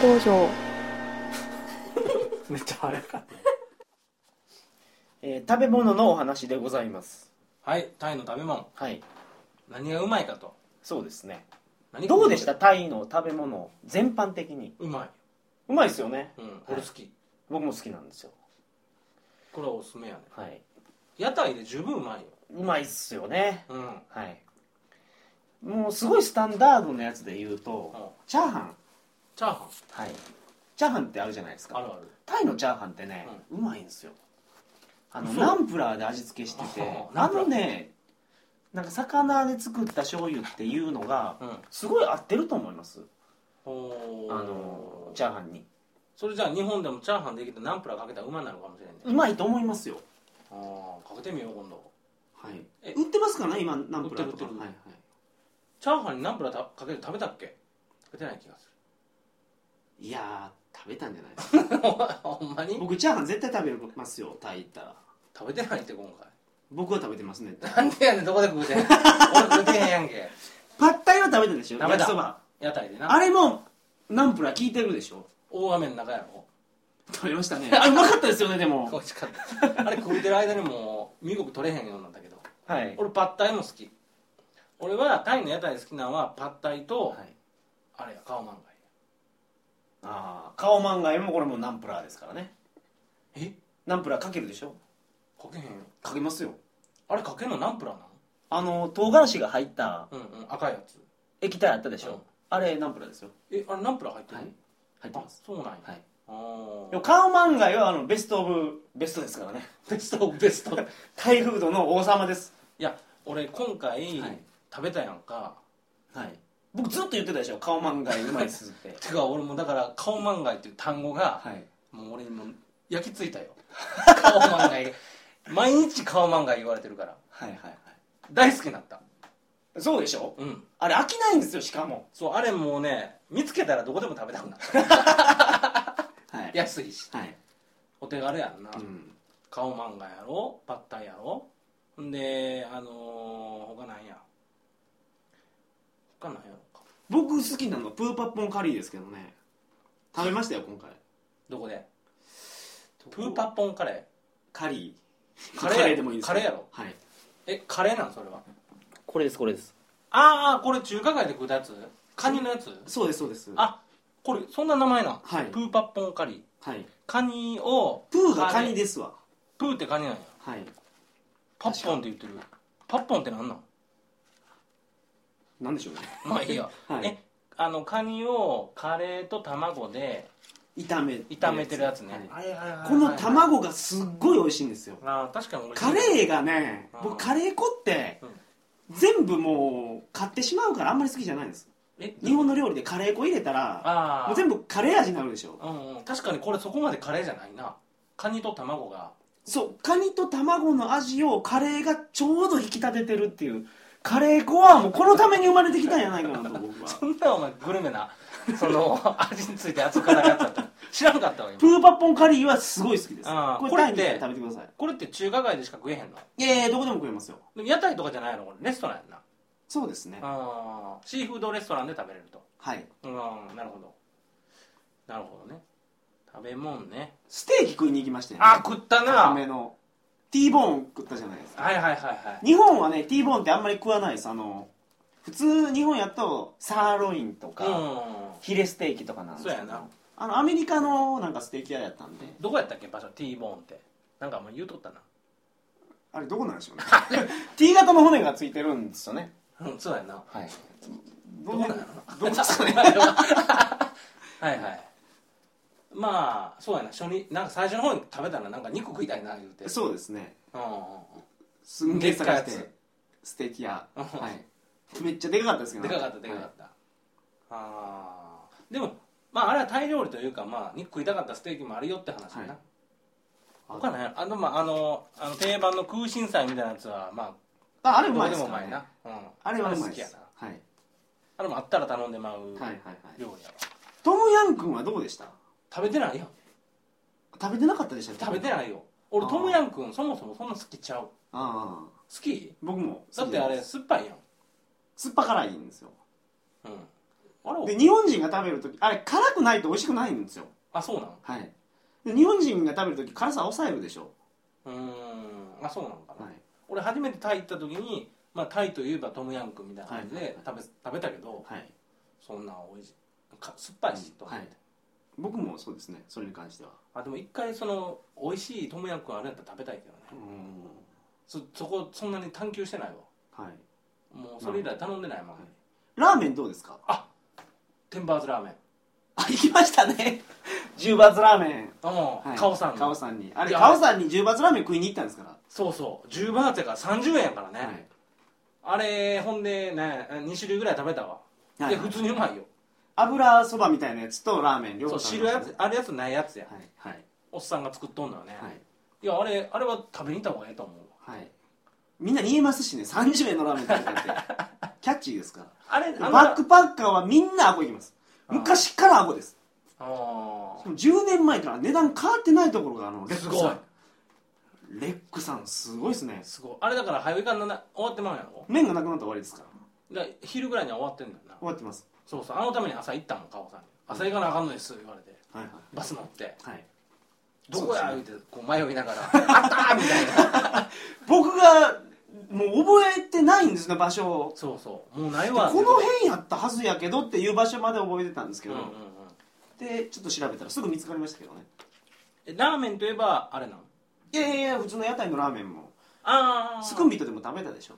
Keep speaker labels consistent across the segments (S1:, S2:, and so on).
S1: 道場
S2: めっちゃ早かっ
S3: えー食べ物のお話でございます
S2: はいタイの食べ物
S3: はい
S2: 何がうまいかと
S3: そうですね
S2: 何
S3: どうでしたタイの食べ物全般的に
S2: うま
S3: うまいですよね
S2: い、うん、俺好き、
S3: 僕も好きなんですよ
S2: これはおすすめやね
S3: はい
S2: 屋台で十分うまいよ
S3: うまいっすよね
S2: うん
S3: はいもうすごいスタンダードのやつで言うと、
S2: うん
S3: チャーハン
S2: チャーハン
S3: はいチャーハンってあるじゃないです
S2: あ
S3: か
S2: るある
S3: タイのチャーハンってね、うまいんですよあの
S2: そう
S3: ナンプラーで味付けしてて
S2: あナ
S3: あ
S2: ンプラ
S3: の
S2: ー
S3: ねなんか魚で作った醤油っていうのが
S2: うん
S3: すごい合ってると思います
S2: お
S3: あのチ
S2: ゃ
S3: ャーハンに
S2: それじゃあ日本でもチャーハンできてナンプラーかけたらうまになるかもしれんね
S3: うまいと思いますよ
S2: あーかけてみよう今度
S3: はい
S2: え
S3: 売ってますからね今ナンプラーとか
S2: 売ってる売ってる
S3: はいはい
S2: チャーハンにナンプラーたかけて食べたっけかけてない気がす
S3: いやー食べたんじゃないですか
S2: るほんまに
S3: 僕チャーハン絶対食べますよタイ行ったら
S2: 食べてないって今回
S3: 僕は食べてますね
S2: なんでやねんどこで食うてん 俺食うてへんやんけ
S3: パッタイは食べたでしょ
S2: 食べた
S3: 焼きそば
S2: 屋台でな
S3: あれもナンプラー効いてるでしょ
S2: 大雨の中やろ
S3: 食べましたね あうまかったですよねで
S2: 美
S3: も
S2: 味しかったあれ食うてる間にもう身動き取れへんようになったけど
S3: はい
S2: 俺パッタイも好き俺はタイの屋台で好きなのはパッタイと、
S3: はい
S2: あれやカオマンガイ
S3: ああ顔漫画もこれもナンプラーですからね
S2: え
S3: ナンプラーかけるでしょ
S2: かけへんよ
S3: かけますよ
S2: あれかけんのナンプラーなの
S3: あの唐辛子が入った
S2: うんうん赤いやつ
S3: 液体あったでしょ、
S2: うん
S3: あれナンプラーですよ
S2: えあれナンプラー入ってる、
S3: 入って
S2: あ
S3: ます
S2: そうなんや、
S3: はい
S2: あー
S3: でも顔漫画はあのベストオブベストですからね
S2: ベストオブベストい
S3: タイフードの王様です
S2: や俺今回、
S3: はい
S2: 食べたやんか
S3: はい僕ずっと言ってたでしょ顔漫画うまいっすって
S2: てか俺もだからカオマンガイっていう単語が、
S3: はい
S2: もう俺にもう焼き付いたよカオマ ンガイ毎日カオマンガイ言われてるから
S3: はいはいはい
S2: 大好きになった
S3: そうでしょ
S2: うん
S3: あれ飽きないんですよしかも
S2: そうあれもうね見つけたらどこでも食べたく なる
S3: は
S2: 安いし
S3: はい、
S2: お手軽やんな、
S3: ん、
S2: カオマンガやろパッタイやろほんであのー、他なんや他なんやろか
S3: 僕好きなのはプーパッポンカリーですけどね食べましたよ今回
S2: どこでプーパッポンカレー
S3: カリー
S2: カレーカレーやろ
S3: はい
S2: えカレーなんそれは
S3: これですこれです
S2: ああこれ中華街で食うたやつカニのやつ
S3: そうですそうです
S2: あこれそんな名前なん、
S3: はい
S2: プーパッポンカリー
S3: はい
S2: カニを
S3: プーがカニ
S2: で
S3: ですわ
S2: プーってカニなんや
S3: はい
S2: パッポンって言ってるパッポンってなんなん
S3: なんでしょうね
S2: まあいいや、
S3: はい
S2: えあのカニをカレーと卵で
S3: 炒め
S2: 炒めてるやつね、
S3: はい
S2: はいはいはいはい
S3: この卵がすっごい美味しいんですよ
S2: あー確かに俺
S3: カレーがね
S2: あー
S3: 僕カレー粉って全部もう買ってしまうからあんまり好きじゃないんです
S2: え
S3: 日本の料理でカレー粉入れたら
S2: あ
S3: も
S2: あ
S3: う全部カレー味になるでしょ
S2: うんうん、確かにこれそこまでカレーじゃないなカニと卵が
S3: そうカニと卵の味をカレーがちょうど引き立ててるっていうカレー粉はもうこのために生まれてきたんじゃないかなと僕は
S2: そんなお前グル メなその味について扱わなかったと知らんかったわ
S3: プ
S2: 今
S3: ーパッポンカリーはすごい好きです
S2: あー
S3: これ
S2: これ
S3: タイに来
S2: って
S3: て食べてください
S2: これって中華街でしか食えへんの
S3: いやいやどこでも食えますよ
S2: でも屋台とかじゃないのこれレストランやんな
S3: そうですね
S2: あーシーフードレストランで食べれると
S3: はい
S2: うんなるほどなるほどね食べ物ね
S3: ステーキ食いに行きましたよ、ね、
S2: あ食ったな
S3: 高
S2: はい
S3: めの T ボーン食ったじゃないですか
S2: はいはいはい
S3: 日本はね T ボーンってあんまり食わないですあの普通日本やとサーロインとか、
S2: う
S3: ヒレステーキとかなんですけど
S2: そうやな
S3: あのアメリカのなんかステーキ屋やったんで
S2: んどこやったっけ場所 T ボーンってなんかもう言うとったな
S3: あれどこなんでしょうね T 型の骨がついてるんですよね
S2: うんそうや な
S3: はいど
S2: どう
S3: う
S2: な
S3: な
S2: の
S3: のどうですか ね
S2: はいはいまあそうやな初日なんか最初の方に食べたらなんか肉食いたいな言うて
S3: そうですね
S2: うんうん
S3: すんげえ探し
S2: でっかいや
S3: てステーキ屋
S2: うん
S3: はいめっちゃでかかったです
S2: う
S3: け
S2: ん
S3: ど
S2: でかかったでかかった、あーでもまああれはタイ料理というかまあ肉食いたかったステーキもあるよって話だな、
S3: はい
S2: 他なんやろあのまああのあの定番の空心菜みたいなやつはま
S3: ああ
S2: あ
S3: れう
S2: ど
S3: ま
S2: う
S3: い
S2: で
S3: です
S2: もう
S3: か
S2: ま
S3: ら
S2: い
S3: ね
S2: な、うん、
S3: あれはうまい
S2: 好き
S3: で
S2: や
S3: す
S2: な
S3: はい
S2: あれもあったら頼んでまう料理や
S3: はいはい
S2: わ、
S3: はいトムヤン君はどうでした
S2: 食べてないよ
S3: 食べてなかったでしたっけ
S2: 食べてないよ俺
S3: あー
S2: トムヤンくんそもそもそんな好きちゃう好
S3: ああ
S2: き
S3: 僕も
S2: だってあれ酸っぱいやん
S3: 酸っぱ辛いんですよ
S2: うんあれ
S3: で日本人が食べる時あれ辛くないと美味しくないんですよ
S2: あそうなの
S3: はいで日本人が食べる時辛さ抑えるでしょ、
S2: うーんあそうなのかな、
S3: はい、
S2: 俺初めてタイ行った時に、まあ、タイといえばトムヤンクンみたいな感じ
S3: はいは
S2: で
S3: い
S2: 食べ,、食べたけど
S3: はい、
S2: そんな美味しいか酸っぱいしと思って、
S3: はい僕もそうですねそれに関しては
S2: あでも一回その美味しいトムヤンクンあれやったら食べたいけど
S3: う
S2: ね
S3: ん
S2: そそこそんなに探求してないわ
S3: はい
S2: もうそれ以来頼んでないまま、
S3: はいラーメンどうですか
S2: テンバーズラーメン
S3: あ行きました ね十バツラーメン
S2: うん、カオさんの
S3: カオさんにあれ
S2: いや
S3: カオさんに十バツラーメン食いに行ったんですから
S2: そうそう10バーツやから30円やからね、あれほんでね2種類ぐらい食べたわ、
S3: はい
S2: で普通にうまいよ
S3: 油そばみたいなやつとラーメン両
S2: そ
S3: 方
S2: う
S3: 食べ
S2: 汁
S3: まし
S2: や
S3: たね
S2: つあるやつないやつや、
S3: はいはい
S2: おっさんが作っとんのよね、
S3: はい
S2: い、やあれあれは食べに行った方がええと思うわ
S3: はいみんな言えますしね30円のラーメン食べた ってキャッチーですから
S2: あれあん
S3: バ
S2: な
S3: ックパッカーはみんなアゴ行きます
S2: あー
S3: 昔からアゴです
S2: あ
S3: しかも10年前から値段変わってないところがあの
S2: ー
S3: レッ
S2: す
S3: クさ
S2: ごい
S3: んレックさんすごいですね
S2: すごいあれだから早いかんなな終わってまうんやろ
S3: 麺がなくなったら終わりですから
S2: だから昼ぐらいには終わってんだよな
S3: 終わってます
S2: そうそうあのために朝行ったもんカオさんに朝行かなあかんのです言われて
S3: はいは
S2: バス乗って
S3: い、はい、
S2: どこや言うてこう迷いながら「 あったー!」みたいな
S3: 僕がもう覚えてないんですね場所を
S2: そうそうもうない
S3: この
S2: わ
S3: 辺やったはずやけどっていう場所まで覚えてたんですけ
S2: うん
S3: ど、
S2: うんうん
S3: でちょっと調べたらすぐ見つかりましたけどね
S2: えラーメンといえばあれなの
S3: いやいやいや普通の屋台のラーメンも
S2: ああ
S3: スクンビットでも食べたでしょ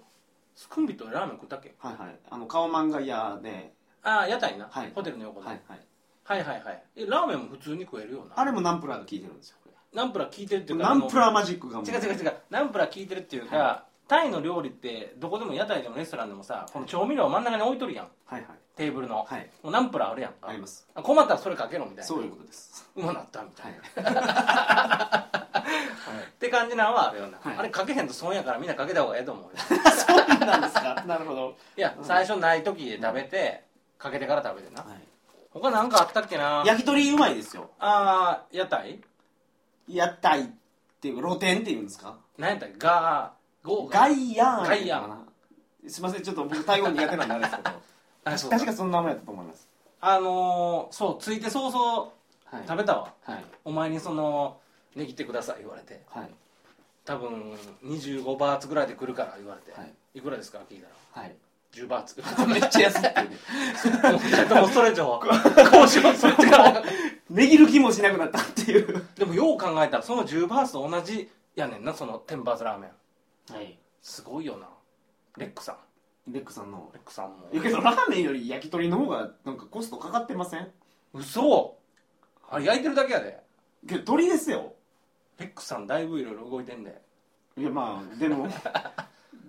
S2: スクンビットでラーメン食ったっけ
S3: はいはいあの顔漫画屋で、
S2: ああ屋台な、
S3: はい
S2: ホテルの横で、
S3: は
S2: はいい、
S3: はい、
S2: はいはいえラーメンも普通に食えるよな
S3: あれもナンプラーが効いてるんですよこ
S2: ナンプラー効いてるって
S3: れ
S2: いうか
S3: ナンプ
S2: ー
S3: ラーマジックがも
S2: 違う違う違うナンプラー効いてるっていうか、タイの料理ってどこでも屋台でもレストランでもさこの調味料を真ん中に置いとるやん
S3: はいはい
S2: テーブルの、
S3: はい
S2: もうナンプラーあるやんか
S3: あります
S2: あ困ったらそれかけろみたいな
S3: そういうことです
S2: うまなったみたいな、
S3: はい
S2: って感じなんはあるよな、
S3: はい
S2: あれかけへんと損やからみんなかけた方がええと思うよ
S3: そうなんですかなるほど、
S2: いや最初ない時で食べて、かけてから食べてな
S3: はい
S2: 他なんかあったっけな
S3: 焼き鳥うまいですよ
S2: あー屋台
S3: 屋台っていうか露店っていうんですか
S2: 何やったっけガーゴーガ
S3: ガ
S2: ー
S3: イヤーン
S2: ガイヤー
S3: すいませんちょっと僕台湾苦手なんであれですけど
S2: あそう
S3: 確か
S2: だ
S3: その名前だったと思います
S2: あのー、そうついて早々
S3: はい
S2: 食べたわ、
S3: はい
S2: お前にその「握ってください」言われて
S3: はい
S2: 多分25バーツぐらいで来るから言われて、
S3: はい
S2: い、くらですか聞いたら
S3: はい
S2: 10バー ツ
S3: めっちゃ安くてね
S2: もう二人ともそれ以上交渉する力
S3: 値切る気もしなくなったっていう
S2: でもよう考えたらその10バーツと同じやねんなその天バーツラーメン
S3: はい
S2: すごいよなレックさん
S3: レックさんの
S2: レックさんも
S3: いやけどラーメンより焼き鳥の方がなんかコストかかってません
S2: 嘘あれ焼いてるだけやで
S3: けど鳥ですよ
S2: レックさんだいぶいろいろ動いてんで
S3: いやまあで も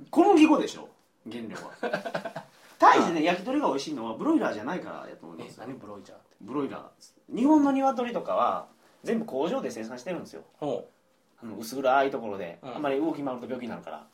S3: 小麦粉でしょ原料は タイでね焼き鳥が美味しいのはブロイラーじゃないからやと思いま
S2: え
S3: すよ
S2: 何ブロイチャーって
S3: ブロイラーです日本の鶏とかは全部工場で生産してるんですよ
S2: ほ
S3: あの薄暗いところで、
S2: うん
S3: あんまり動き回ると病気になる から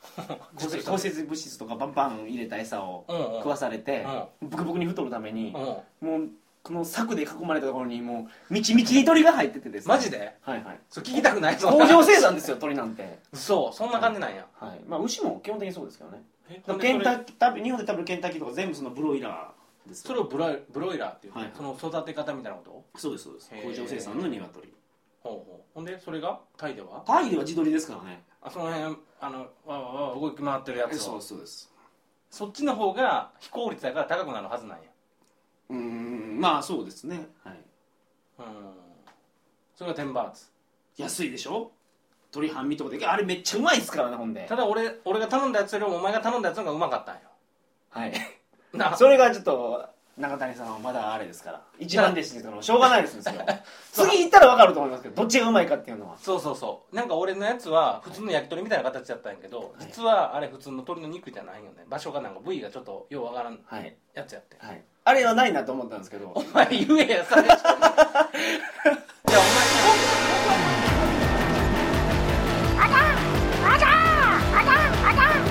S2: ずっと
S3: 骨骨折物質とかバンバン入れた餌を
S2: うんうん
S3: 食わされて、ブクブクに太るために
S2: う、うん
S3: もうこの柵で囲まれたところにもうみちみちに鳥が入っててですね
S2: マジで
S3: はいはい
S2: それ聞きたくない
S3: 工場生産ですよ鳥なんて
S2: そうそんな感じなんや
S3: はいまあ牛も基本的にそうですけどね
S2: え
S3: ケンタ
S2: それ
S3: ッキー食べ日本で食べるケンタッキーとか全部そのブロイラーです
S2: それをブロイブロイラーっていう、
S3: はいはい
S2: その育て方みたいなこと
S3: そうですそうです
S2: へー
S3: 工場生産の鶏
S2: ほうほうほんでそれがタイでは
S3: タイでは地鶏ですからね
S2: あその辺あのわわわわ動き回ってるやつ
S3: そう
S2: を
S3: そうです
S2: そっちの方が非効率だから高くなるはずなんや
S3: うーんまあそうですね、はい、
S2: うんそれが10バーツ
S3: 安いでしょ鶏半身とかであれめっちゃうまいですからねほんで
S2: ただ俺俺が頼んだやつよりもお前が頼んだやつの方がうまかったんよ
S3: はい
S2: な
S3: それがちょっと中谷さんはまだあれですから一番弟子ですからしょうがないですよ次行ったら分かると思いますけどどっちがうまいかっていうのは
S2: そうそうそうなんか俺のやつは普通の焼き鳥みたいな形だったんやけど、
S3: い
S2: 実はあれ普通の鶏の肉じゃないよね場所がなんか部位がちょっとようわからん
S3: はい、
S2: やつやって
S3: はい、あれはないなと思ったんですけど
S2: お前言えや最初いやお前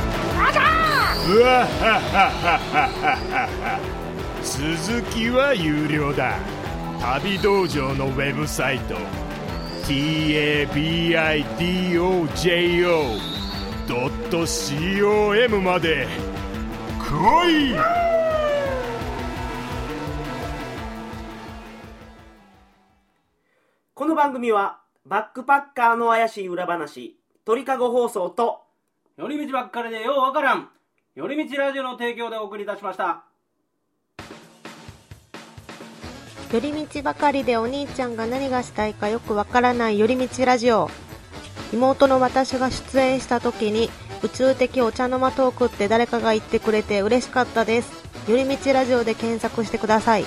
S1: うわははははは続きは有料だ旅道場のウェブサイト tabidojo.com まで来い
S4: この番組はバックパッカーの怪しい裏話鳥かご放送と
S2: 寄り道ばっかりでようわからん寄り道ラジオの提供でお送りいたしました
S5: 寄り道ばかりでお兄ちゃんが何がしたいかよくわからない寄り道ラジオ妹の私が出演した時に宇宙的お茶の間トークって誰かが言ってくれて嬉しかったです寄り道ラジオで検索してください